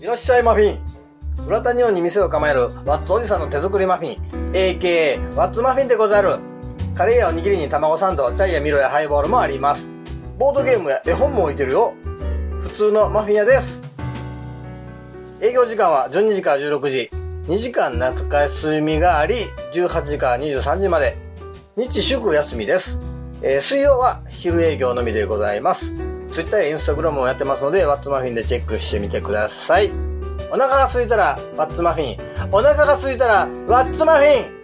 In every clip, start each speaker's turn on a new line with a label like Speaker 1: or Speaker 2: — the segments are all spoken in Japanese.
Speaker 1: いらっしゃいマフィン浦田日本に店を構えるワッツおじさんの手作りマフィン AKA ワッツマフィンでござるカレーやおにぎりに卵サンドチャイやミロやハイボールもありますボードゲームや絵本も置いてるよ普通のマフィン屋です営業時間は12時から16時2時間夏休みがあり18時から23時まで日祝休みです、えー水曜は昼営業のみでございます Twitter や Instagram もやってますのでワッツマフィンでチェックしてみてくださいお腹が空いたらワッツマフィンお腹が空いたらワッツマフィン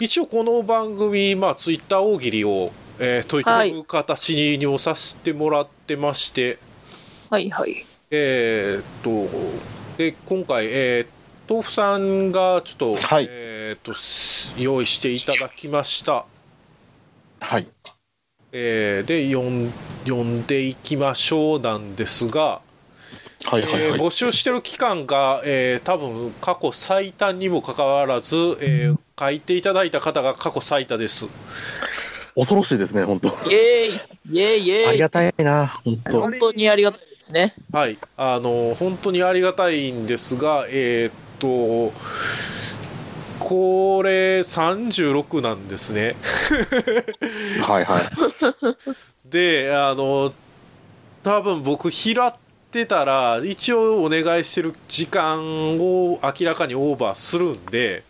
Speaker 2: 一応この番組、まあ、ツイッター大喜利を、えー、といく形ににさせてもらってまして、
Speaker 3: はいはい。
Speaker 2: えーっと、で、今回、えー豆腐さんがちょっと、
Speaker 4: はい
Speaker 2: えーっと、す用意していただきました。
Speaker 4: はい。
Speaker 2: えーで、読ん、読んでいきましょうなんですが、
Speaker 4: はいはい
Speaker 2: えー
Speaker 4: はい。
Speaker 2: 募集してる期間が、えー多分過去最短にもかかわらず、えー書いていただいた方が過去最多です。
Speaker 4: 恐ろしいですね、本当。
Speaker 3: イエーイイエーイイエ
Speaker 4: あり
Speaker 3: ーイ
Speaker 4: がたいな、本当。
Speaker 3: 本当にありがたいですね。
Speaker 2: はい、あの本当にありがたいんですが、えーっと、これ36なんですね。
Speaker 4: はいはい。
Speaker 2: で、あの多分僕、拾ってたら、一応お願いしてる時間を明らかにオーバーするんで、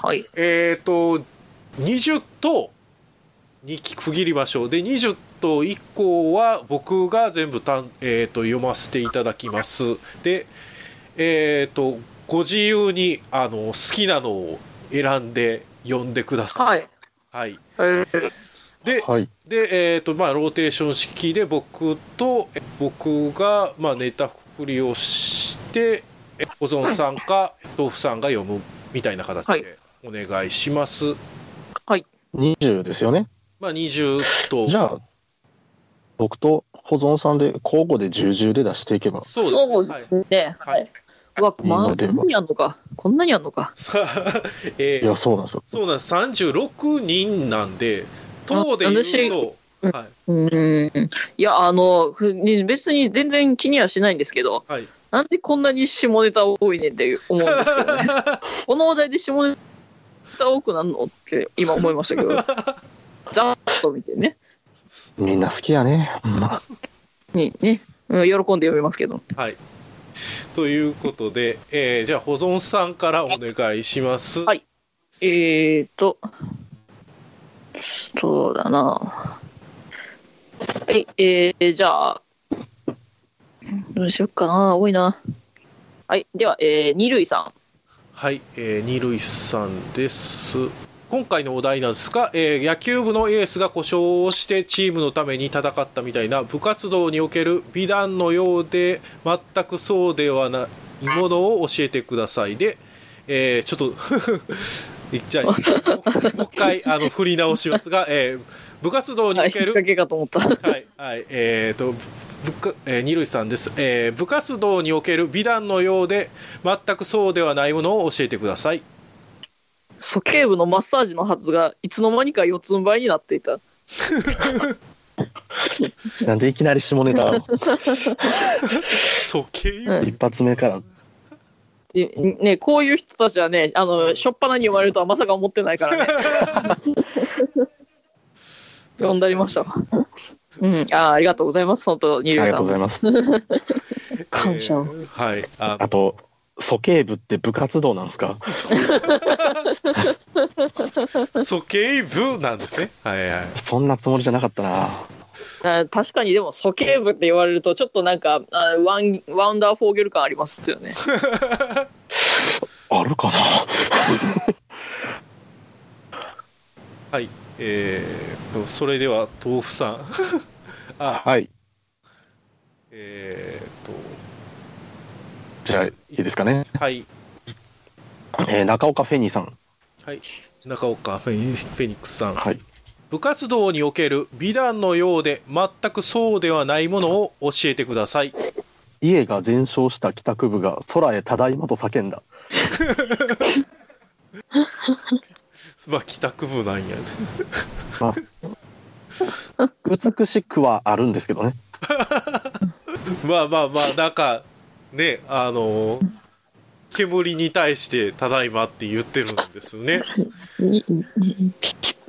Speaker 3: はい。
Speaker 2: えっ、と、20とに区切りましょう。で、20と1個は僕が全部たん、えー、と読ませていただきます。で、えっ、と、ご自由にあの好きなのを選んで読んでください。
Speaker 3: は
Speaker 2: は
Speaker 3: い。
Speaker 2: い。
Speaker 3: えー
Speaker 2: で、
Speaker 4: はい。
Speaker 2: で、えっ、と、まあ、ローテーション式で僕と、え僕が、まあ、ネタ振りをして、え保存さんか、豆腐さんが読むみたいな形
Speaker 3: はい
Speaker 2: でお願いします。
Speaker 4: 20ですよね。
Speaker 2: まあ、20と。
Speaker 4: じゃあ、僕と保存さんで、交互で重々で出していけば。
Speaker 2: そうです
Speaker 3: そう
Speaker 2: はい
Speaker 3: ですね。
Speaker 2: は
Speaker 3: はいい。うわ、まあ、こんなにあんのか。こんなにあんのか。
Speaker 2: え
Speaker 4: い
Speaker 2: ー
Speaker 4: や、そうなんですよ。
Speaker 2: そうなんです。36人なんで、党で言うと、
Speaker 3: あ
Speaker 2: はい、
Speaker 3: うーん。いや、あの、ふに別に全然気にはしないんですけど、
Speaker 2: はい
Speaker 3: なんでこんなに下ネタ多いねんって思うんですけど ね。このお題で下ネタ多くなるのって今思いましたけ ど、ざっと見てね。
Speaker 4: みんな好きやね。ほんま
Speaker 3: にね、うん、喜んで読みますけど。
Speaker 2: はい。ということで、えーじゃあ、保存さんからお願いします。
Speaker 3: はいえーと、そうだな。はい、えー、じゃあ、どうしよっかな、多いな。はい、では、えー、二塁さ
Speaker 2: はい、えー二塁さんです。今回のお題なんですが、えー野球部のエースが故障をしてチームのために戦ったみたいな部活動における美談のようで全くそうではないものを教えてくださいで、えーちょっと いっちゃいもう一回あの振り直しますが、えー部活動
Speaker 3: ん。
Speaker 2: にお
Speaker 3: はい、
Speaker 2: け
Speaker 3: 引っ
Speaker 2: る
Speaker 3: 掛けかと思った。
Speaker 2: はい、はい、えっ、と、ぶぶっかえー二塁さんです、えー部活動における美談のようで、全くそうではないものを教えてください。
Speaker 3: 鼠径部のマッサージのはずが、いつの間にか四つん這いになっていた。
Speaker 4: なんでいきなり下ネタ
Speaker 2: そけい。
Speaker 4: 一発目から。
Speaker 3: でね、こういう人たちはね、あの、しょっぱなに言われるとはまさか思ってないからね。 呼んだりましたわ。うん、あーありがとうございます、本当、
Speaker 4: あ
Speaker 3: 二
Speaker 4: り
Speaker 3: 流
Speaker 4: がと
Speaker 3: さ
Speaker 4: うござ
Speaker 3: ん。
Speaker 4: います。
Speaker 3: 感謝を
Speaker 2: えーはい、あ
Speaker 4: あと、鼠径部って部活動なんですか
Speaker 2: そけい部なんですね。はいはい。
Speaker 4: そんなつもりじゃなかったな。
Speaker 3: あ確かに、でも、鼠径部って言われると、ちょっとなんか、あワン、ワンダーフォーゲル感ありますよね。
Speaker 4: あるかな
Speaker 2: はい、えーと、それでは豆腐さん。 あ、
Speaker 4: はい。
Speaker 2: えーと、
Speaker 4: じゃあ、いいですかね。
Speaker 2: はい、
Speaker 4: えー中岡フェニーさん。
Speaker 2: はい、中岡フェニフェニックスさん。
Speaker 4: はい。
Speaker 2: 部活動における美談のようで全くそうではないものを教えてください
Speaker 4: 家が全焼した帰宅部が空へただいまと叫んだ。
Speaker 2: まあ帰宅部なんやね
Speaker 4: まあ美しくはあるんですけどね。
Speaker 2: まあまあまあなんかねあのー煙に対して「ただいま」って言ってるんですね
Speaker 3: にに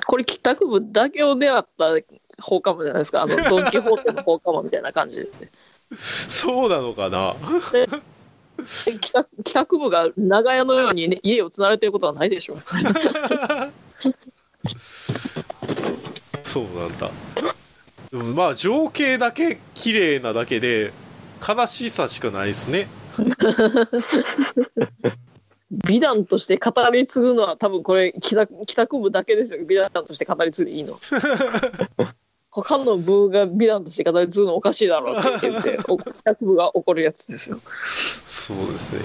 Speaker 3: これ帰宅部だけを狙った放課後じゃないですかあのドン・キホーテの放課後みたいな感じで
Speaker 2: そうなのかな
Speaker 3: で帰宅帰宅部が長屋のように、ね、家をつなれてることはないでしょう
Speaker 2: そうなんだでもまあ情景だけ綺麗なだけで悲しさしかないですね
Speaker 3: 美談として語り継ぐのは多分これ帰宅帰宅部だけですよ美談として語り継いでいいの他の部が美談として語り継ぐのおかしいだろうって言ってお帰宅部が怒るやつですよ
Speaker 2: そうですね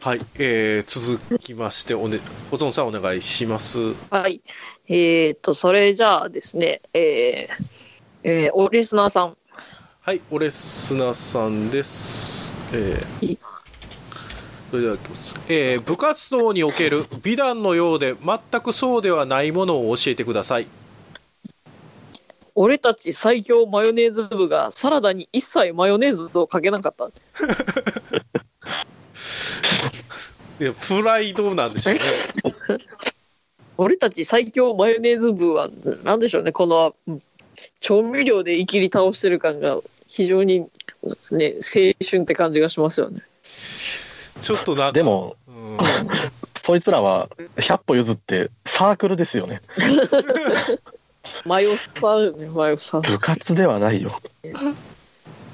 Speaker 2: はい、えー、続きましておね保存さんお願いします
Speaker 3: はいえー、とそれじゃあですねえー、えー、オリスナーさん
Speaker 2: はい、オレスナさんです。え
Speaker 3: い
Speaker 2: ー
Speaker 3: い、
Speaker 2: それではいきます、えー部活動における美談のようで全くそうではないものを教えてください。
Speaker 3: 俺たち最強マヨネーズ部がサラダに一切マヨネーズをかけなかった
Speaker 2: いやプライドなんで しょうね。
Speaker 3: 俺たち最強マヨネーズ部は何でしょうねこのうん調味料でいきり倒してる感が非常にね青春って感じがしますよね
Speaker 2: ちょっとなんか
Speaker 4: で、も、
Speaker 2: うん
Speaker 4: そいつらは100歩譲ってサークルですよね。
Speaker 3: マヨさんよねマヨさん、
Speaker 4: 部活ではないよ。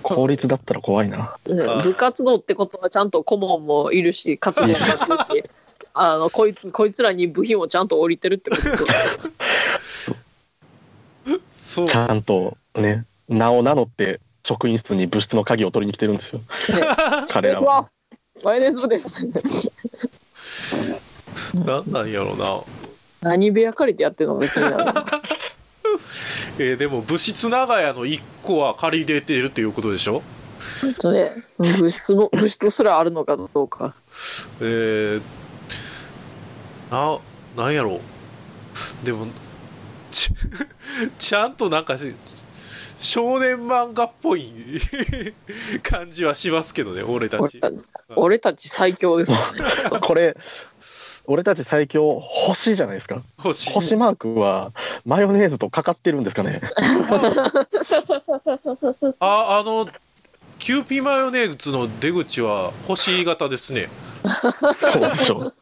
Speaker 4: 公立だったら怖いな。
Speaker 3: うん部活動ってことはちゃんと顧問もいるし活動もしてるしあのこいつこいつらに部品もちゃんと降りてるってこと
Speaker 2: そう
Speaker 4: ちゃんとね、名を名乗って職員室に部室の鍵を取りに来てるんですよ。 彼
Speaker 3: こ
Speaker 4: ら
Speaker 3: んにち
Speaker 4: は。
Speaker 3: はマヨネーズ部です
Speaker 2: なんなんやろうな。
Speaker 3: 何部屋借りてやってるのか気になる
Speaker 2: えーでも部室長屋の一個は借りれてるっていうことでしょ。
Speaker 3: 本当ね部室も部室すらあるのかどうか
Speaker 2: えー、な、なんやろう。でも、ち、 ちゃんとなんかし、少年漫画っぽい 感じはしますけどね、俺た
Speaker 3: 俺
Speaker 2: ち。
Speaker 3: た俺たち最強です
Speaker 4: これ、俺たち最強、星じゃないですか。
Speaker 2: 星。
Speaker 4: 星マークはマヨネーズとかかってるんですかね。
Speaker 2: あ、あの、キューピーマヨネーズの出口は星型ですね。
Speaker 4: そうでしょう。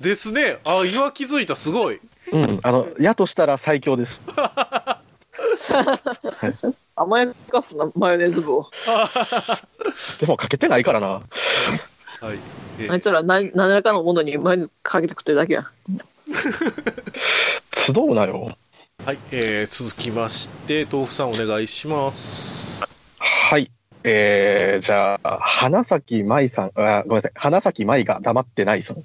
Speaker 2: ですね。あ、今気づいた、すごい。
Speaker 4: うん、あの、やとしたら最強です。
Speaker 3: 甘やかすなマヨネーズ部を
Speaker 4: でもかけてないからな。
Speaker 2: はい。え
Speaker 3: あいつら何何らかのものにマヨネーズかけたくってるだけや
Speaker 4: 集うなよ。
Speaker 2: はい、えー続きまして、豆腐さんお願いします。
Speaker 4: はい。えー、じゃあ、花咲舞さん、あごめんなさい、花咲舞が黙ってないさん。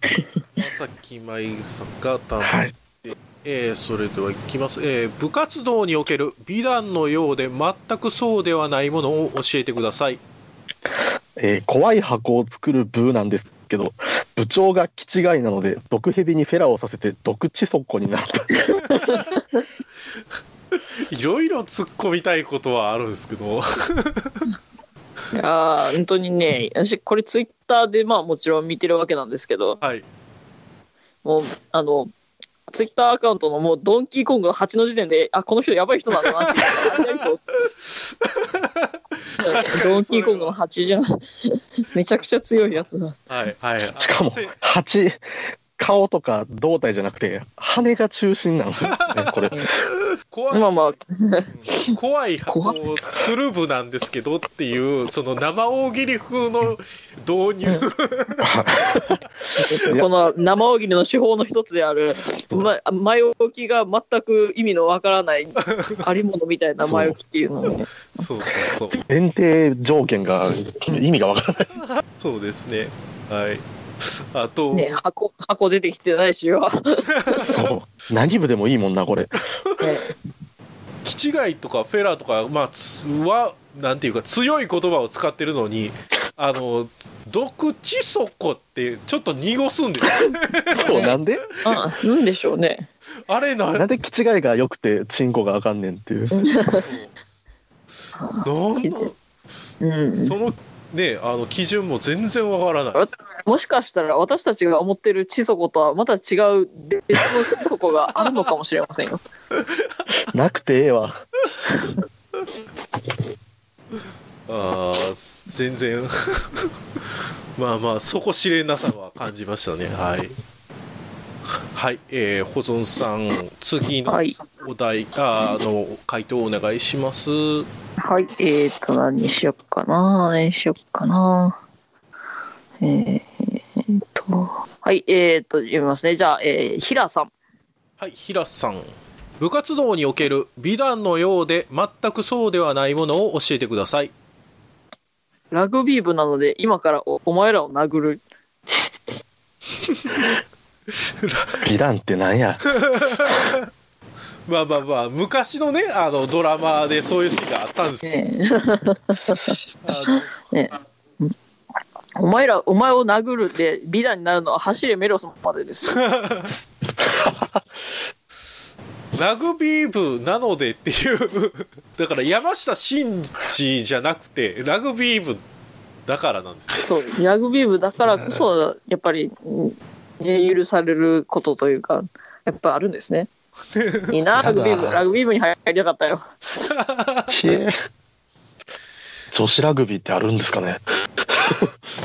Speaker 2: さきまいさんが担当
Speaker 4: はい。
Speaker 2: えーそれではいきます、えー部活動における美談のようで全くそうではないものを教えてください
Speaker 4: えー怖い箱を作る部なんですけど、部長が気違いなので、毒蛇にフェラをさせて、毒窒息になった。
Speaker 2: いろいろ突っ込みたいことはあるんですけど
Speaker 3: いやー本当にね私これツイッターでまあもちろん見てるわけなんですけど
Speaker 2: はい
Speaker 3: もうあのツイッターアカウントのもうドンキーコングの8の時点であこの人やばい人なんだなっていう のがドンキーコングの8じゃん めちゃくちゃ強いやつだ
Speaker 2: はい はい
Speaker 4: しかも
Speaker 2: せ、
Speaker 4: 蜂、顔とか胴体じゃなくて、羽が中心なんです よね、これ。
Speaker 2: 怖い
Speaker 3: まあまあ
Speaker 2: 怖い箱を作る部なんですけどっていうその生大喜利風の導 入
Speaker 3: その生大喜利の手法の一つである、ま、前置きが全く意味のわから ないありものみたいな前置きっていうのね
Speaker 2: そうそうそう
Speaker 4: 前提条件が意味がわからない。
Speaker 2: そうですねはいあと、
Speaker 3: ね箱箱出てきてないし よ、
Speaker 4: そう何部 でもいいもんな、これ。
Speaker 3: ね
Speaker 2: キチガイとかフェラーとか、まあ、つはなんていうか強い言葉を使ってるのにあの毒窒息ってちょっと濁すんだよね
Speaker 4: そうなんで
Speaker 3: ああ、なんでしょうね。
Speaker 2: あれな
Speaker 4: なんで気違いが良くてチンコがあかんねんっていう
Speaker 2: なんだ
Speaker 3: うん。
Speaker 2: そのねあの基準も全然わからない
Speaker 3: あもしかしたら私たちが思ってる窒息とはまた違う別の窒息があるのかもしれませんよ。
Speaker 4: なくてええわ
Speaker 2: あー全然 まあまあそこ知れなさは感じましたねはいはいえー、保存さん次の
Speaker 3: はい。
Speaker 2: お題、あーあの回答お願いします
Speaker 3: はい。えっ、ー、と、何にしよっかな。何にしよっかな。えーえーっと。はい。えっ、ー、と、読みますね。じゃあ、えー、ヒラさん。
Speaker 2: はい、平さん。部活動における美談のようで全くそうではないものを教えてください。
Speaker 3: ラグビー部なので、今からおお前らを殴る。
Speaker 4: 美談ってなん や
Speaker 2: まあまあまあ、昔のね、あのドラマでそういうシーンがあったんですよ。
Speaker 3: えー
Speaker 2: あの
Speaker 3: お前ら、お前を殴るで、美談になるのは走れメロスまでですよ。
Speaker 2: ラグビー部なのでっていう、 だから山下真司じゃなくて、ラグビー部だからなんですね。
Speaker 3: そう、ラグビー部だからこそ、やっぱり、ね許されることというか、やっぱあるんで すね。いいな、ラグビー部、ラグビー部に入りたかったよ。
Speaker 4: ひえ女子ラグビーってあるんですかね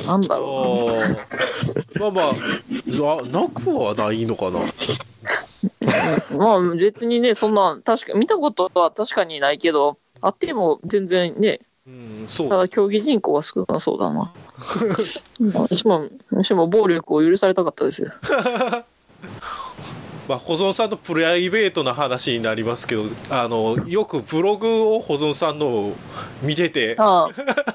Speaker 3: なんだ
Speaker 2: あ
Speaker 3: ろ
Speaker 2: ーまあまあ、ななくはないのかな。
Speaker 3: うな。まあ、別にね、そんな、確か、見たことは確かにないけど、あっても全然ね、
Speaker 2: うん、そう
Speaker 3: ただ競技人口が少なそうだ な。私も、私も暴力を許されたかったですよ。
Speaker 2: まあ、保存さんのプライベートな話になりますけどあのよくブログを保存さんのを見てて
Speaker 3: あ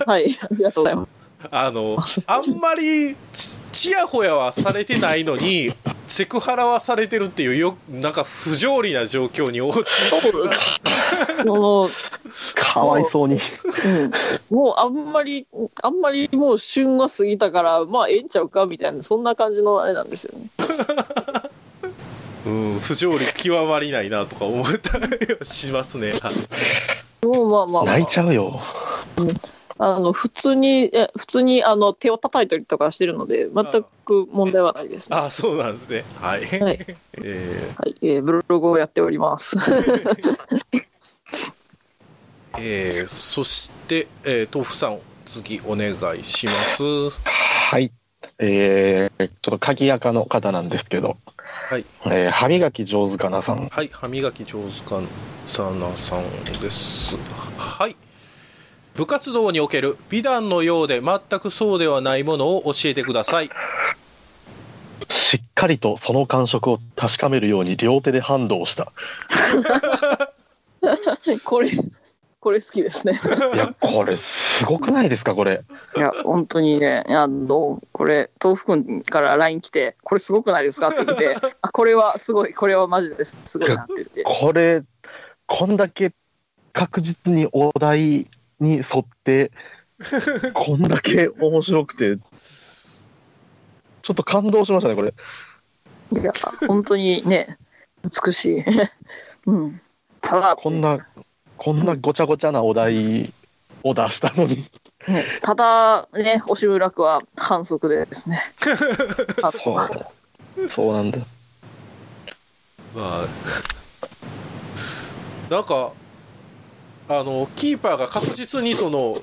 Speaker 3: あ、はい、ありがとうござ います。
Speaker 2: あのあんまりちちやほやはされてないのにセクハラはされてるっていうよなんか不条理な状況に陥 って るな
Speaker 3: その
Speaker 4: かわいそうに
Speaker 3: うんもうあんまり、あんまりもう旬が過ぎたから、まあええんちゃうかみたいな、そんな感じのあれなんですよね。
Speaker 2: うん、不条理極まりないなとか思ったりはしますね。はい
Speaker 3: もうまあまあ、ま
Speaker 4: 泣い
Speaker 3: あ、
Speaker 4: ちゃうよ
Speaker 3: あの普通に、え普通にあの手を叩いたりとかしてるので、全く問題はないです、ね。
Speaker 2: あそうなんですね。はい。
Speaker 3: はい
Speaker 2: えー
Speaker 3: はい、えーブログをやっております。
Speaker 2: えーそして、えー、豆腐さん、次お願いします。
Speaker 4: はい。えー、ちょっと鍵垢の方なんですけど、
Speaker 2: はい。
Speaker 4: えー歯磨き上手かなさん。
Speaker 2: はい、歯磨き上手かさなさんです。はい。部活動における美談のようで全くそうではないものを教えてください。
Speaker 4: しっかりとその感触を確かめるように両手でハンドを した。
Speaker 3: これ、これ好きですね。
Speaker 4: いや、これすごくないですか、これ。
Speaker 3: いや、本当にね、あの、これ、豆腐くんから LINE 来て、これすごくないですかって来て、あ、これはすごい、これはマジです、すごいなって言って。
Speaker 4: これ、こんだけ確実にお題に沿 って、こんだけ面白くて、ちょっと感動しましたね、これ。
Speaker 3: いや、本当にね、美しい。 うん。ただ、
Speaker 4: こんな、こんなごちゃごちゃなお題を出したのに。
Speaker 3: ね、ただ、ね、押村区は反則ですね。 あ
Speaker 4: そう。そうなんだ。
Speaker 2: まあ、なんか、あの、キーパーが確実にその、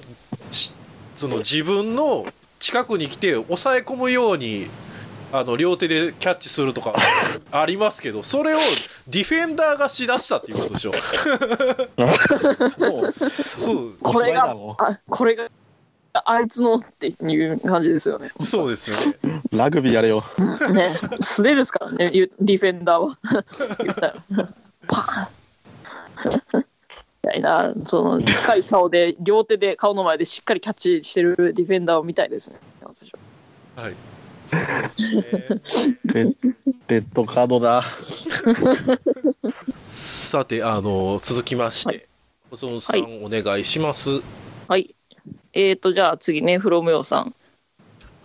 Speaker 2: しその自分の近くに来て抑え込むように、あの、両手でキャッチするとかありますけど、それをディフェンダーがしだしたっていうことでしょ。もう、そう。
Speaker 3: これ
Speaker 4: お前ら
Speaker 3: が、
Speaker 4: も
Speaker 3: あこれが、あいつのっていう感じですよね。
Speaker 2: そうですよね。
Speaker 4: ラグビーやれよ。
Speaker 3: ね、素手ですからね、ゆディフェンダーは。 言ったらパーンみたいな、その、深い顔で、両手で顔の前でしっかりキャッチしてるディフェンダーを見たいですね、私は。
Speaker 2: はい。そうですね。
Speaker 4: レッレッドカードだ。
Speaker 2: さて、あの、続きまして、
Speaker 3: はい
Speaker 2: 保存さん、お願いします。
Speaker 3: はい。えーと、じゃあ次ね、フロムヨさん。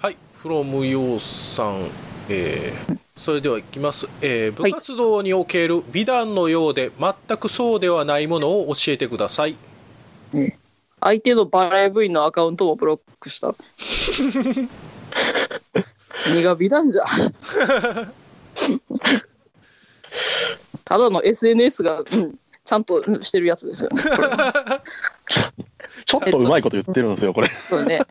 Speaker 2: はい、フロムヨウさん、えーそれではいきます、えー部
Speaker 3: い
Speaker 2: 活動における美談のようで全くそうではないものを教えてください
Speaker 3: 相手のバレー部員のアカウントもブロックした。何が美談じゃ。ただの SNS が、うん、ちゃんとうんしてるやつですよね。これ
Speaker 4: ちょっとうまいこと言ってるんですよ、これ。
Speaker 3: そうね。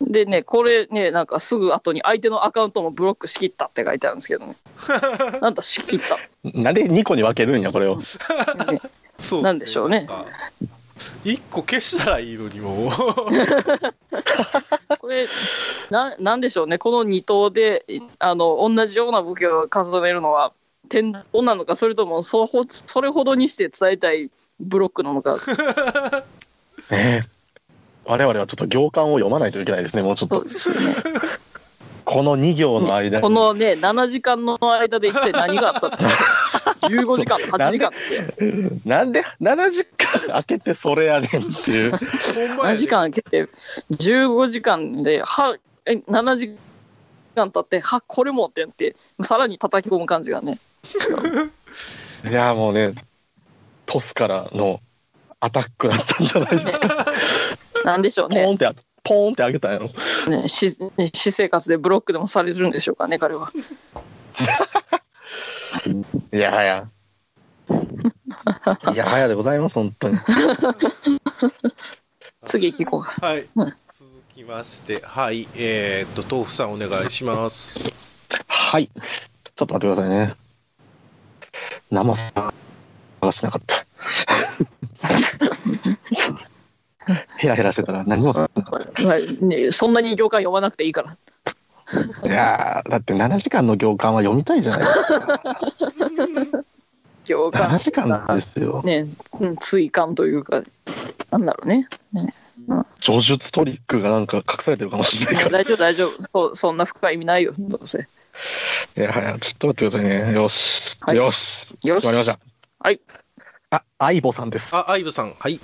Speaker 3: でね、これね、なんかすぐ後に相手のアカウントもブロックしきったって書いてあるんですけどね。なんだ、しきった。
Speaker 4: なんで2個に分けるんや、これを。
Speaker 3: ね
Speaker 2: そう
Speaker 3: なんでしょうね
Speaker 2: なんか一個消したらいいのに もう
Speaker 3: これな、なんでしょうね、この二刀でいあの同じような武器を重ねるのは天道なのか、それともそほそれほどにして伝えたいブロックなのか、
Speaker 4: ねえ我々はちょっと行間を読まないといけないですね、もうちょっ
Speaker 3: そ
Speaker 4: と
Speaker 3: う。ですね、
Speaker 4: この2行の間に。
Speaker 3: このね、7時間の間で一体何があったのか、15時間と8時間ですよ、
Speaker 4: なんで7時間空けてそれやねんっていう。
Speaker 2: ほんまやね
Speaker 3: 7時間空けて、15時間で、はえ7時間経って、はこれもってやって、さらに叩き込む感じがね。
Speaker 4: いや、もうね、トスからのアタックだったんじゃないですか。
Speaker 3: なんでしょう
Speaker 4: ポーン
Speaker 3: ね
Speaker 4: って、ポーンって上げたんやろ。
Speaker 3: ねしね私生活でブロックでもされるんでしょうかね、彼は。
Speaker 4: いやはや。いやはやでございます、本当に。
Speaker 3: 次聞こうか。
Speaker 2: はい
Speaker 3: うん
Speaker 2: 続きましてはいえーっと豆腐さんお願いします
Speaker 4: はい。ちょっと待ってくださいね。生さ探してなか った。ヘラヘラしてたら何も探してなかっ
Speaker 3: はいね、そんなに行間読まなくていいから。
Speaker 4: た。いやーだって7時間の行間は読みたいじゃないですか。
Speaker 3: 行間
Speaker 4: 7時間なんですよ。
Speaker 3: ね、うん追間というか、なんだろうね。
Speaker 4: 叙述トリックがなんか隠されてるかもしれない
Speaker 3: も
Speaker 4: か
Speaker 3: う
Speaker 4: ら。
Speaker 3: 大丈夫、大丈夫。そうそんな深い意味ないよ、どうせ。
Speaker 4: いやはや、ちょっと待ってくださいね。よし。
Speaker 3: はい
Speaker 4: よし。
Speaker 3: よし
Speaker 4: 決まりました。
Speaker 3: はい。
Speaker 4: あ、相棒さんです。
Speaker 2: あアイブさんはい、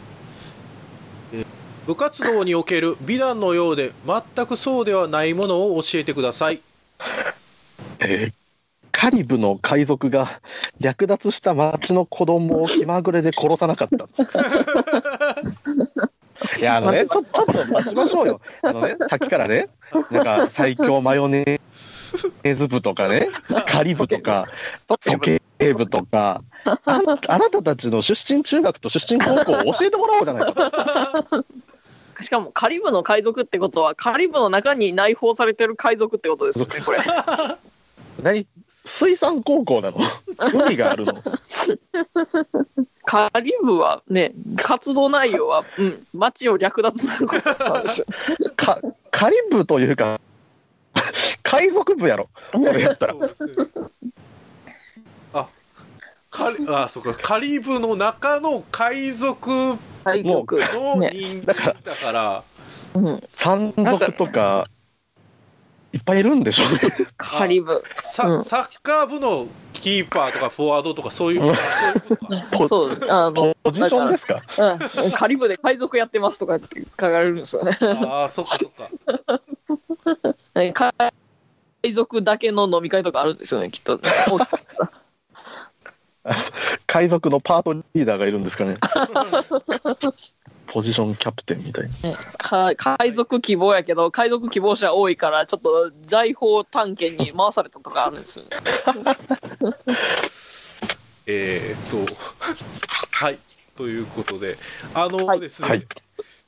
Speaker 2: えー部活動における美談のようで全くそうではないものを教えてください
Speaker 4: えーカリブの海賊が略奪した町の子供を気まぐれで殺さなかった。いや、あのね、ちょちょっと待ちましょうよ。あのね、さっきからね、なんか最強マヨネーズ部とかね、カリブとか、時計部とかあん、あなたたちの出身中学と出身高校を教えてもらおうじゃないか。
Speaker 3: しかも、カリブの海賊ってことは、カリブの中に内包されてる海賊ってことですよね、これ。
Speaker 4: 何水産高校なの海があるの
Speaker 3: カリブはね、活動内容は、うん、街を略奪することなんですよ。
Speaker 4: かカリブというか、 海賊部やろ。それやったら。
Speaker 2: そうですねあカリあそうかカリブの中の海賊の
Speaker 3: 海
Speaker 4: もう
Speaker 3: 賊。ね
Speaker 2: 人間だから,、
Speaker 3: うん、
Speaker 4: 山賊とかいっぱいいるんでしょうね。
Speaker 3: カリブ。
Speaker 2: さ
Speaker 3: うん
Speaker 2: サッカー部のキーパーとかフォワードとかそういう
Speaker 4: うん
Speaker 2: あそういうことか
Speaker 4: ポ
Speaker 3: そう、あの、
Speaker 4: ポジションですか。
Speaker 3: うん、カリブで海賊やってますとかって書かれるんですよね。
Speaker 2: あーそっかそっか
Speaker 3: ね海賊だけの飲み会とかあるんですよね、きっと。
Speaker 4: 海賊のパートリーダーがいるんですかね。ポジションキャプテンみたいな。
Speaker 3: か海賊希望やけど、海賊希望者多いから、ちょっと財宝探検に回されたとかあるんですよね。
Speaker 2: えーっとはいということであの
Speaker 3: はい
Speaker 2: ですね、
Speaker 4: はい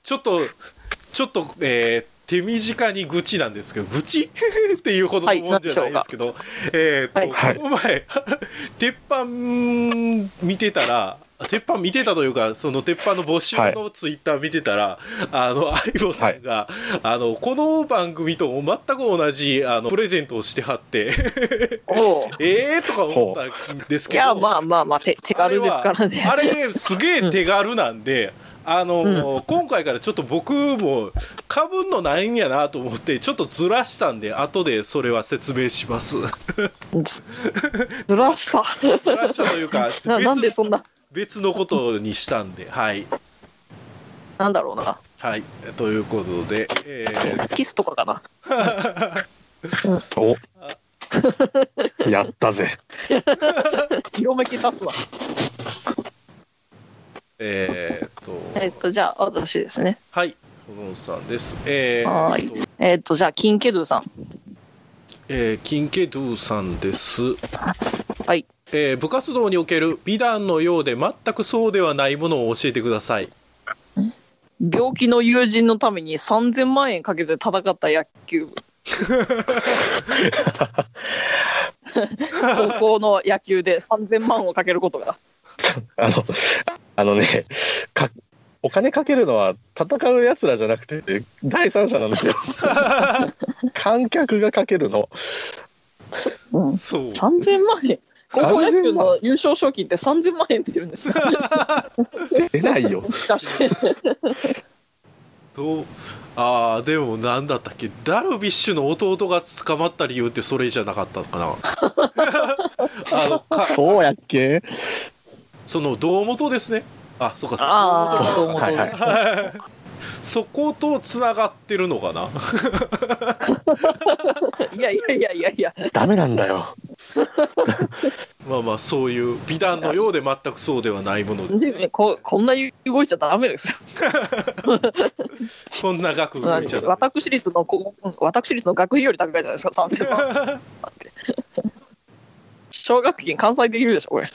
Speaker 2: ちょっとちょっとえー手短に愚痴なんですけど、愚痴 っていうほどのもんじゃないですけど、えーっと、
Speaker 4: はい
Speaker 2: この前、鉄板見てたら、鉄板見てたというか、その鉄板の募集
Speaker 4: はい
Speaker 2: のツイッター見てたら、あの、相棒さんが、あの、この番組と全く同じ、あの、プレゼントをしてはって、
Speaker 3: おう
Speaker 2: えーとか思ったんです
Speaker 3: い
Speaker 2: けど、
Speaker 3: や、まあまあまあ、手手軽ですからね。
Speaker 2: あれはあれすげえ手軽なんで、あの今回からちょっと僕もかぶんのないんやなと思ってちょっとずらしたんで後でそれは説明します
Speaker 3: ずずら した。
Speaker 2: ずらしたという か
Speaker 3: ななんでそんな、
Speaker 2: 別のことにしたんではい
Speaker 3: なんだろうな。
Speaker 2: はい、ということで、えー
Speaker 3: キスとかかな。
Speaker 4: おやったぜ。
Speaker 3: 広めき立つわ。
Speaker 2: えーっと、
Speaker 3: えっと、じゃあ、私ですね。
Speaker 2: はい、保存さんです。え
Speaker 3: は
Speaker 2: ーっと
Speaker 3: ーい。えっと、じゃあ、キンケドゥさん。
Speaker 2: えーキンケドゥさんです。
Speaker 3: はい。
Speaker 2: えー部活動における美談のようで全くそうではないものを教えてください。
Speaker 3: 病気の友人のために3000万円かけて戦った野球部高校の野球で3000万をかけることが
Speaker 4: あの、あのね、かお金かけるのは戦うやつらじゃなくて、第三者なんですよ。観客がかけるの。
Speaker 2: そう。
Speaker 3: 3000万円高校野球の優勝賞金って3000万円って言うんですよ
Speaker 4: 出ないよ。
Speaker 3: しかして
Speaker 2: どうああでもなんだったっけダルビッシュの弟が捕まった理由ってそれじゃなかったのか なあのか
Speaker 4: そうやっけ
Speaker 2: その堂本ですねあそうかそう
Speaker 3: あ
Speaker 2: か
Speaker 3: あどうもどうも、、
Speaker 4: はい
Speaker 2: そことつながってるのかない
Speaker 3: やいやいやいやいや
Speaker 4: ダメなんだよ。
Speaker 2: まあまあそういう美談のようで全くそうではないもので
Speaker 3: でここんなに動いちゃダメですよ
Speaker 2: こんな額がいちゃう
Speaker 3: 私立のこ私立の学費より高いじゃないですか3000万奨学金完済できるでしょこ れ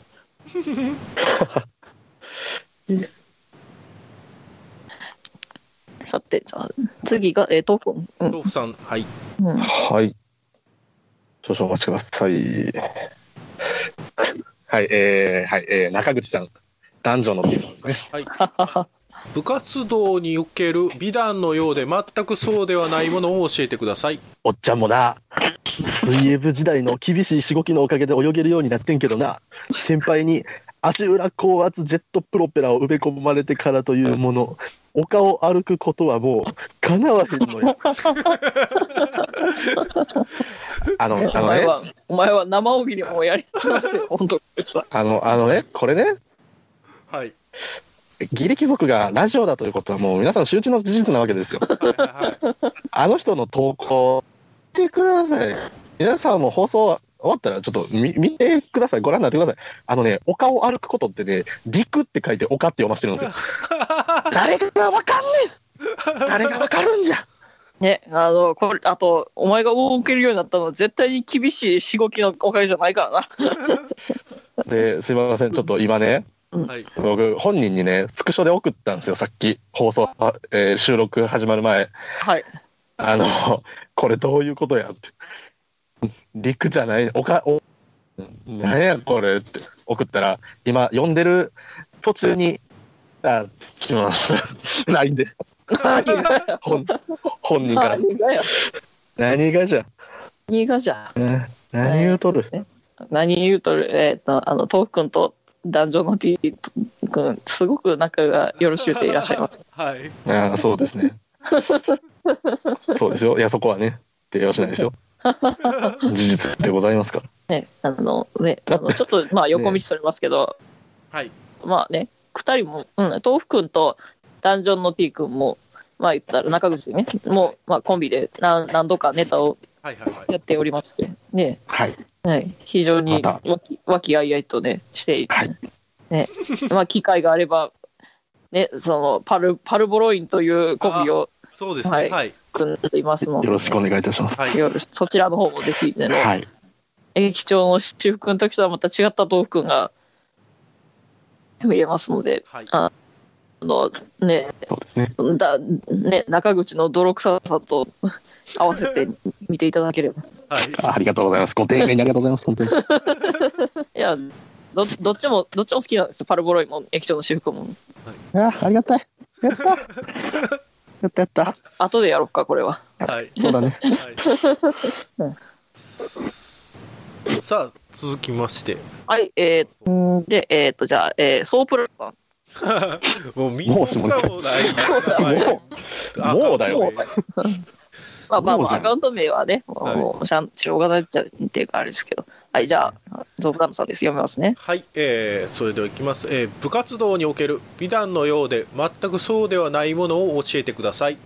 Speaker 3: さてじゃあ次がえー、トークン、うん
Speaker 2: 豆腐さんはい
Speaker 3: うん、
Speaker 4: はい。少々お待ちください。はい、えー、はい、えー、中口さん。男女のテーマですね。
Speaker 2: 部活動における美談のようで全くそうではないものを教えてください
Speaker 4: おっちゃんもな、水泳部時代の厳しいしごきのおかげで泳げるようになってんけどな、先輩に足裏高圧ジェットプロペラを埋め込まれてからというもの、丘を歩くことはもうかなわへんのよ。あの、あ
Speaker 3: お
Speaker 4: の
Speaker 3: 前
Speaker 4: ね、
Speaker 3: はお前は生大喜利もやります よ本当こいつは
Speaker 4: あの、あのね、これね、
Speaker 2: はい
Speaker 4: ギリ貴族がラジオだということはもう皆さん周知の事実なわけですよ。
Speaker 2: はいはいはい
Speaker 4: あの人の投稿、見てください。皆さんも放送終わったら、ちょっと見見てください。ご覧になってください。あのね、丘を歩くことってね、陸って書いて丘って読ませてるんですよ。誰がわかんねえ誰がわかるんじゃ
Speaker 3: ねあのこれあとお前が動けるようになったのは絶対に厳しいしごきのおかげじゃないからな
Speaker 4: で、すいません。ちょっと今ね、
Speaker 2: はい
Speaker 4: 僕、本人にね、スクショで送ったんですよ、さっき。放送、あえー収録始まる前。
Speaker 3: はい
Speaker 4: あの、 これどういうことやって。陸じゃない、おか、お、なんやこれって送ったら、今、呼んでる途中に、あ、来ま した。LINE で、
Speaker 3: 何がや
Speaker 4: 本、本人から。
Speaker 3: 何がや
Speaker 4: 何がじゃ、
Speaker 3: 何がじゃ
Speaker 4: な何言うとる。
Speaker 3: 何言うとる、えっ、と、あの、トーク君と男女の T 君、すごく仲がよろしゅうていらっしゃいます。
Speaker 2: はい
Speaker 4: あそうですね。そうですよ。いや、そこはね、提案しないですよ。事実でございますから。
Speaker 3: ね、あの、ね、あのちょっと、まあ、横道それますけど、
Speaker 2: はい
Speaker 3: まあね、二人も、うん、豆腐君とダンジョンの T 君も、まあ言ったら中口ね、もう、まあコンビで何何度かネタを
Speaker 2: はいはいはい
Speaker 3: やっておりまして、ね、
Speaker 4: はい。
Speaker 3: はい、非常に
Speaker 4: ま
Speaker 3: 和気和気あいあいとね、していて
Speaker 4: はい。
Speaker 3: まあ機会があれば、ね、そのパル、パルボロインというコンビを
Speaker 2: そうですねは
Speaker 3: はいい
Speaker 2: はい
Speaker 3: 組んでいますので
Speaker 4: よ、ろしくお願いいたします。
Speaker 3: よろしそちらの方もぜひ、ね、
Speaker 4: はい。
Speaker 3: 駅長の私服の時とはまた違った豆腐くんが見れますので、
Speaker 2: はい
Speaker 3: あのね、
Speaker 4: そうですね。
Speaker 3: そのだね中口の泥臭さ と合わせて見ていただければ。
Speaker 2: はい
Speaker 4: あありがとうございます。ご丁寧にありがとうございます。本当に。
Speaker 3: いやどどっちもどっちも好きなんですよパルボロイも駅長の私服も
Speaker 4: あありがたい。やった。やったやった。
Speaker 3: 後でやろうかこれは
Speaker 2: はい
Speaker 4: そうだね。
Speaker 2: は
Speaker 3: う
Speaker 2: いさあ続きまして
Speaker 3: はいえーんー、でえっ、とじゃあ、えーソープラさん
Speaker 2: もうみんなもない
Speaker 4: もう、もうだよ。
Speaker 2: あ
Speaker 3: まあまあま
Speaker 4: そ
Speaker 3: あ、
Speaker 4: うじゃん
Speaker 3: アカウント名はね、もう
Speaker 2: はい
Speaker 3: もうしゃんしょうがないっちゃっていうかあれですけど。はい、じゃあ、ゾブランドさんです。読みますね。
Speaker 2: はい、えーそれではいきます、えー部活動における美談のようで全くそうではないものを教えてください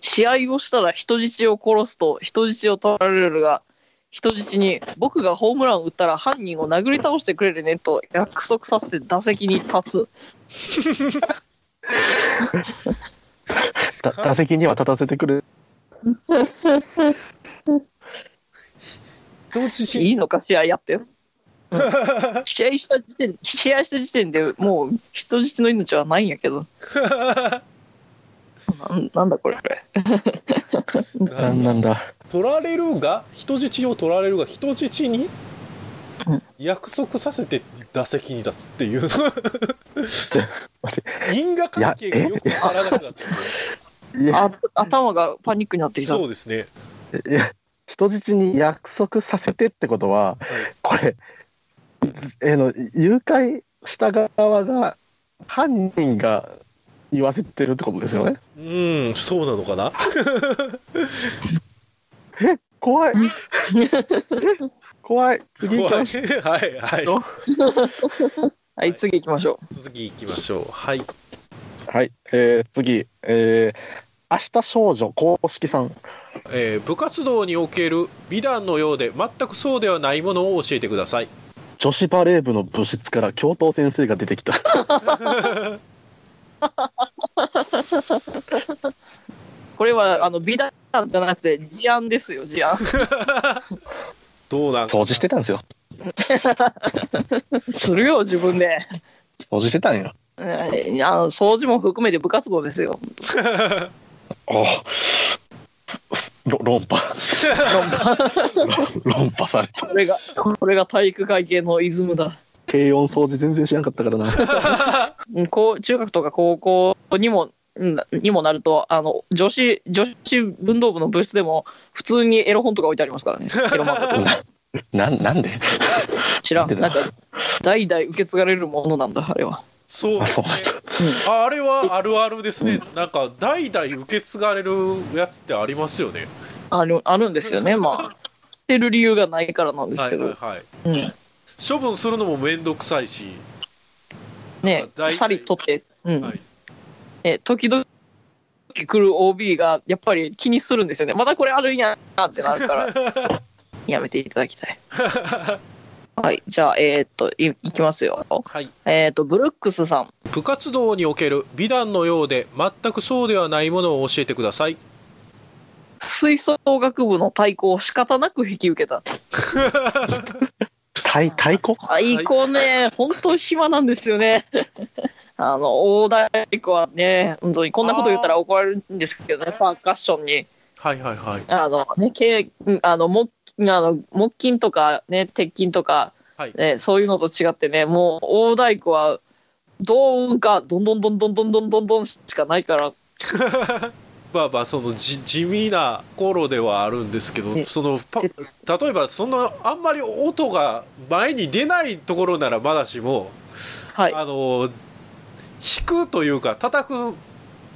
Speaker 3: 試合をしたら人質を殺すと人質を取られるが、人質に僕がホームランを打ったら犯人を殴り倒してくれるねと約束させて打席に立つ。
Speaker 4: だ打席には立たせてくる。
Speaker 2: 同時
Speaker 3: いいのか、試合やって。 試合した時点、試合した時点でもう人質の命はないんやけど。なんなんだこれ。
Speaker 4: なんなんだ。
Speaker 2: 取られるが人質を取られるが人質に
Speaker 3: うん
Speaker 2: 約束させて打席に立つっていう因果関係がよくわからなくなってる
Speaker 4: いや、
Speaker 3: あ頭がパニックになってきた。
Speaker 2: そうですね
Speaker 4: いや人質に約束させてってことは、これ、えーの誘拐した側が犯人が言わせてるってことですよね。
Speaker 2: うんそうなのかな
Speaker 4: 怖い。怖い。次行き
Speaker 2: 怖
Speaker 4: ま
Speaker 2: い
Speaker 4: し
Speaker 2: はいはい
Speaker 4: ょう。
Speaker 3: はい、次行きましょ
Speaker 2: 続き行きましょうはい
Speaker 4: はい、えー、次、えー、明日少女公式さん。
Speaker 2: えー部活動における美談のようで全くそうではないものを教えてください
Speaker 4: 女子バレー部の部室から教頭先生が出てきた。
Speaker 3: う。これは、あの、美談じゃなくて、事案ですよ、事案。
Speaker 2: どうなんか
Speaker 4: 掃除してたんですよ。
Speaker 3: するよ、自分で。
Speaker 4: 掃除してたんよ。
Speaker 3: うんあの掃除も含めて部活動ですよ。
Speaker 4: おろ論破。論破された。
Speaker 3: これが、これが体育会系のイズムだ。
Speaker 4: 軽音掃除全然しなかったからな。
Speaker 3: うんこう中学とか高校にも、うんにもなると、あの、女子、女子運動部の部室でも、普通にエロ本とか置いてありま すからね。エロ漫画とか。
Speaker 4: ななんで
Speaker 3: 知らん。なんか、代々受け継がれるものなんだ、あれは。
Speaker 2: そうですねああれはあるあるですねなんか代々受け継がれるやつってありますよね
Speaker 3: ある、あるんですよね、まあ。してる理由がないからなんです
Speaker 2: は
Speaker 3: け
Speaker 2: い
Speaker 3: ど。
Speaker 2: はいはい
Speaker 3: うん。
Speaker 2: 処分するのも面倒くさいし、
Speaker 3: ね
Speaker 2: 大体
Speaker 3: 鎖取って、うん
Speaker 2: はい
Speaker 3: ね時々来る OB がやっぱり気にするんですよねまだこれあるんやなってなるから やめていただきたいはいじゃあえーっといいきますよ
Speaker 2: はい、
Speaker 3: えーっとブルックスさん
Speaker 2: 部活動における美談のようで全くそうではないものを教えてください
Speaker 3: 吹奏楽部の太鼓を仕方なく引き受けた
Speaker 4: 太太鼓
Speaker 3: 太鼓ね本当に暇なんですよね あの大太鼓はね本当にこんなこと言ったら怒られるんですけどねパーカッションに
Speaker 2: はいはいはい
Speaker 3: あのね、けうんあの木あの木琴とか、ね、鉄筋とか、
Speaker 2: はい
Speaker 3: ね、そういうのと違ってねもう大太鼓はドーンかどんどんどんどんどんどんどんどんしかないから
Speaker 2: まあまあそのじ地味な頃ではあるんですけど
Speaker 3: え
Speaker 2: そのパ例えばそんなあんまり音が前に出ないところならまだしも、
Speaker 3: はい
Speaker 2: あの弾くというか叩く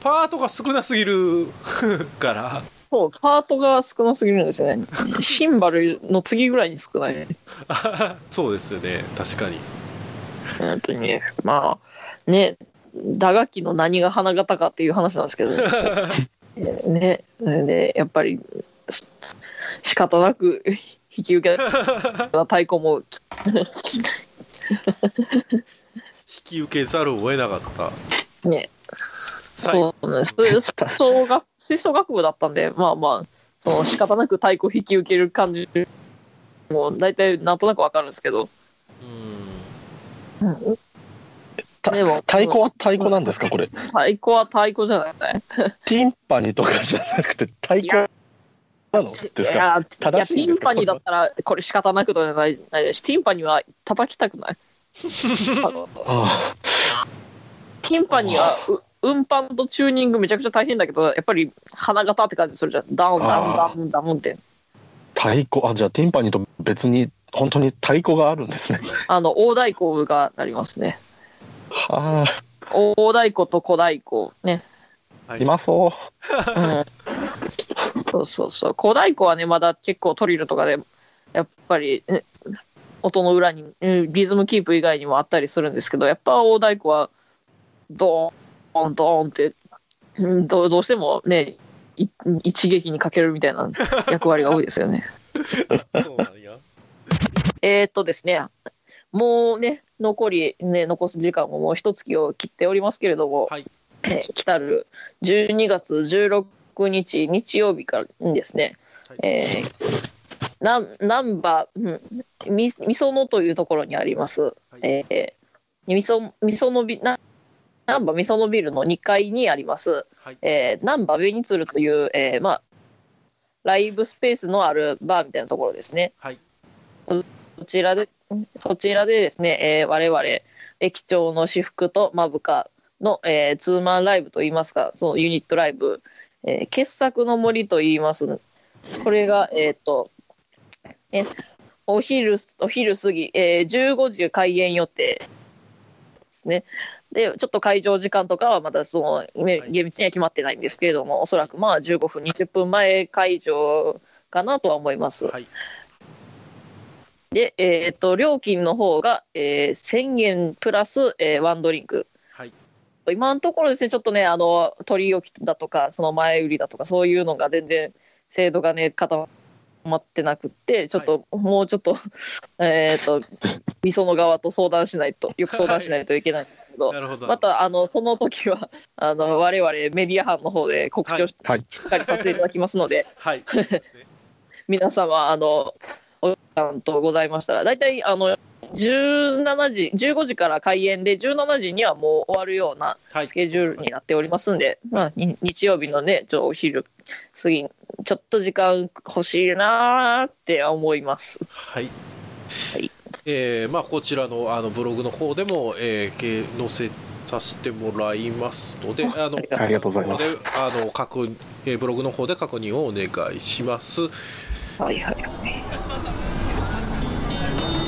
Speaker 2: パートが少なすぎるから
Speaker 3: そうパートが少なすぎるんですよねシンバルの次ぐらいに少ない
Speaker 2: あそうですよね確 かに
Speaker 3: 本当にねまあね打楽器の何が花形かっていう話なんですけど ねねでやっぱりす仕方なく引き受けた太鼓も
Speaker 2: 引き受けざるを得なかった
Speaker 3: ね
Speaker 2: 最後
Speaker 3: そうなんです吹奏楽吹奏楽部だったんでまあまあその仕方なく太鼓引き受ける感じもう大体なんとなくわかるんですけど
Speaker 2: うん
Speaker 4: た
Speaker 3: でも
Speaker 4: 太鼓は太鼓なんですかこれ。
Speaker 3: 太鼓は太鼓じゃない
Speaker 4: ティンパニとかじゃなくて太
Speaker 3: い
Speaker 4: 鼓
Speaker 3: や
Speaker 4: なのです
Speaker 3: いや
Speaker 4: か
Speaker 3: いや
Speaker 4: 正し
Speaker 3: ティ
Speaker 4: いんで
Speaker 3: ン
Speaker 4: すか
Speaker 3: パニーだったらこれ仕方なくとかじゃないないですしティンパニーは叩きたくない あの
Speaker 4: あ
Speaker 3: ティンパニーはう運搬とチューニングめちゃくちゃ大変だけどやっぱり花形って感じするじゃんダウンダウンダウンダウンって
Speaker 4: あ太鼓あじゃあティンパニと別に本当に太鼓があるんですね。
Speaker 3: あの大太鼓がなりますね
Speaker 4: はあ
Speaker 3: 大太鼓と小太鼓ね
Speaker 2: はい
Speaker 4: 今そう。
Speaker 3: うんそうそうそう。小太鼓はね、まだ結構トリルとかで、やっぱり、え音の裏に、うんリズムキープ以外にもあったりするんですけど、やっぱ大太鼓は、ドーン、ドーンって、うんどうどうしてもね、い一撃にかけるみたいな役割が多いですよね。
Speaker 2: そうなんや。
Speaker 3: えーっとですね、もうね、残り、ね、残す時間ももう一月を切っておりますけれども、
Speaker 2: はい
Speaker 3: えー来たる12月16日日曜日からですね、
Speaker 2: はい
Speaker 3: えーななんば、うん、みみそのというところにあります、
Speaker 2: はい
Speaker 3: えーみそみそのビななんばみそのビルの2階にあります、
Speaker 2: はい。
Speaker 3: えー、ナンバベニツルという、えーまあ、ライブスペースのあるバーみたいなところですね。
Speaker 2: はい
Speaker 3: そそちらで、そちらでですね、えー我々、駅長の私服とまぶかの、えーツーマンライブといいますか、そのユニットライブ、えー傑作の森といいます。これが、えっ、と、えお昼、お昼過ぎ、えー15時開演予定ですね。でちょっと会場時間とかはまだそのめ
Speaker 2: はい
Speaker 3: 厳密には決まってないんですけれども、おそらくまあ15分20分前会場かなとは思います、
Speaker 2: はい。
Speaker 3: で、えー、と料金の方が、えー1000円プラス、えーワンドリンク
Speaker 2: はい。
Speaker 3: 今のところですねちょっとねあの取り置きだとかその前売りだとかそういうのが全然制度がね固まってなくってちょっと、もうちょっと えっとみその側と相談しない とよく相談しないといけないんですけど、
Speaker 2: なるほど。
Speaker 3: またあのその時はあの我々メディア班の方で告知をし,、
Speaker 4: はいは
Speaker 3: っ
Speaker 4: い
Speaker 3: かりさせていただきますので
Speaker 2: はい。
Speaker 3: 皆様あのお時間とございましたら大体あの17時15時から開演で17時にはもう終わるような
Speaker 2: はい
Speaker 3: ス。ケジュールになっておりますんで、まあ、に日曜日のねちょっとお昼過ぎちょっと時間欲しいなーって思います。
Speaker 2: はい。
Speaker 3: はい
Speaker 2: えーまあ、こちらのあのブログの方でも、えーけ、載せさせてもらいますので、あの。
Speaker 4: ありがとうございます
Speaker 2: あの確認えーブログの方で確認をお願いします。
Speaker 3: はいはいはい